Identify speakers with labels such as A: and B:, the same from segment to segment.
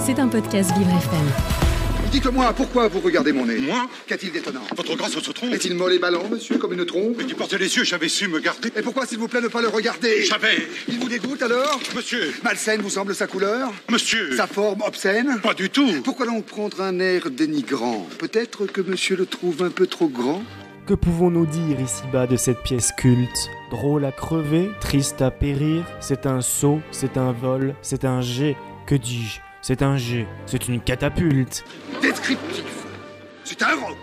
A: C'est un podcast Vivre FM.
B: Dites-moi, pourquoi vous regardez mon nez
C: Moi
B: Qu'a-t-il d'étonnant
C: Votre grâce se trompe
B: Est-il molle et ballant, monsieur, comme une trompe
C: Mais qui portait les yeux, j'avais su me garder.
B: Et pourquoi, s'il vous plaît, ne pas le regarder
C: J'avais
B: Il vous dégoûte alors
C: Monsieur
B: Malsaine vous semble sa couleur
C: Monsieur
B: Sa forme obscène
C: Pas du tout
B: Pourquoi donc prendre un air dénigrant Peut-être que monsieur le trouve un peu trop grand
D: Que pouvons-nous dire ici-bas de cette pièce culte Drôle à crever, triste à périr, c'est un saut, c'est un vol, c'est un jet. Que dis-je C'est un jet, c'est une catapulte.
C: Descriptif C'est un roc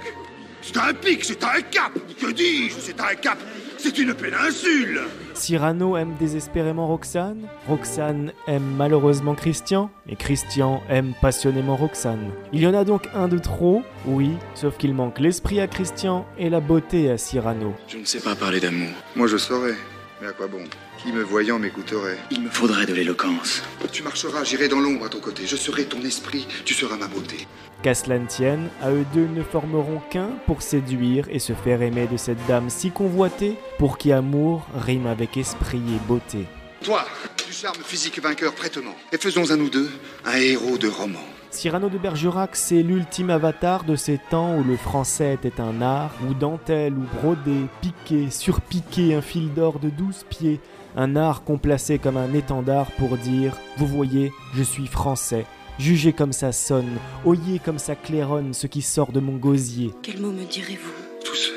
C: C'est un pic, c'est un cap Que dis-je C'est un cap C'est une péninsule
D: Cyrano aime désespérément Roxane, Roxane aime malheureusement Christian, et Christian aime passionnément Roxane. Il y en a donc un de trop, oui, sauf qu'il manque l'esprit à Christian et la beauté à Cyrano.
E: Je ne sais pas parler d'amour.
B: Moi, je saurais. Mais à quoi bon Qui, me voyant, m'écouterait
E: Il me faudrait de l'éloquence.
B: Tu marcheras, j'irai dans l'ombre à ton côté. Je serai ton esprit, tu seras ma beauté.
D: Qu'à cela ne tienne, à eux deux ne formeront qu'un pour séduire et se faire aimer de cette dame si convoitée, pour qui amour rime avec esprit et beauté.
B: Toi, du charme physique vainqueur, prêtement. Et faisons à nous deux un héros de roman.
D: Cyrano de Bergerac, c'est l'ultime avatar de ces temps où le français était un art, où dentelle ou brodé, piqué, surpiqué, un fil d'or de douze pieds, un art complacé comme un étendard pour dire Vous voyez, je suis français. Jugez comme ça sonne, oyez comme ça claironne ce qui sort de mon gosier.
F: Quel mot me direz-vous
B: Tous,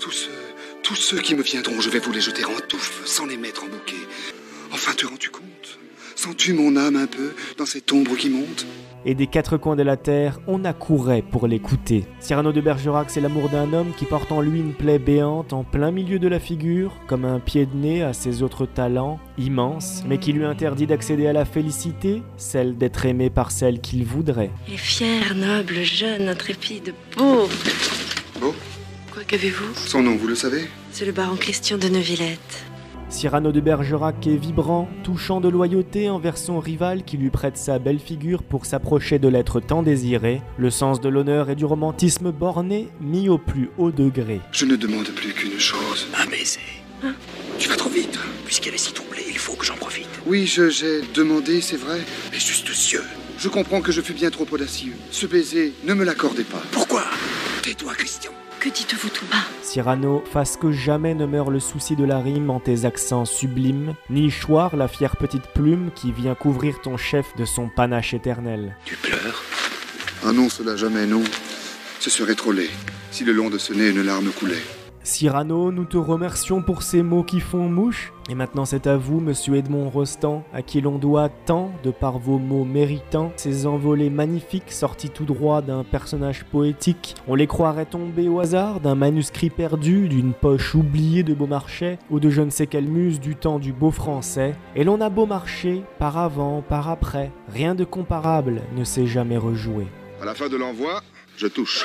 B: tous, tous ceux qui me viendront, je vais vous les jeter en touffe, sans les mettre en bouquet. Enfin, te rends-tu compte Sens-tu mon âme un peu dans cette ombre qui monte
D: et des quatre coins de la terre, on accourait pour l'écouter. Cyrano de Bergerac, c'est l'amour d'un homme qui porte en lui une plaie béante en plein milieu de la figure, comme un pied de nez à ses autres talents, immense, mais qui lui interdit d'accéder à la félicité, celle d'être aimé par celle qu'il voudrait.
F: Il est fier, noble, jeune, intrépide, beau.
B: Beau
F: Quoi qu'avez-vous
B: Son nom, vous le savez
F: C'est le baron Christian de Neuvillette.
D: Cyrano de Bergerac est vibrant, touchant de loyauté envers son rival qui lui prête sa belle figure pour s'approcher de l'être tant désiré, le sens de l'honneur et du romantisme borné mis au plus haut degré.
B: Je ne demande plus qu'une chose. Hein?
E: Un baiser.
B: Tu vas trop vite
E: Puisqu'elle est si troublée, il faut que j'en profite.
B: Oui, je j'ai demandé, c'est vrai.
E: Mais juste cieux.
B: Je comprends que je fus bien trop audacieux. Ce baiser, ne me l'accordez pas.
E: Pourquoi Tais-toi, Christian.
F: Que dites-vous tout bas
D: Cyrano, fasse que jamais ne meure le souci de la rime en tes accents sublimes, ni choir la fière petite plume qui vient couvrir ton chef de son panache éternel.
E: Tu pleures
B: Ah non, cela jamais, non. Ce serait trop laid si le long de ce nez une larme coulait.
D: Cyrano, nous te remercions pour ces mots qui font mouche, et maintenant c'est à vous, monsieur Edmond Rostand, à qui l'on doit tant, de par vos mots méritants, ces envolées magnifiques sorties tout droit d'un personnage poétique. On les croirait tombées au hasard d'un manuscrit perdu, d'une poche oubliée de Beaumarchais, ou de je ne sais quelle muse du temps du beau français, et l'on a beau marcher, par avant, par après, rien de comparable ne s'est jamais rejoué.
B: À la fin de l'envoi, je touche.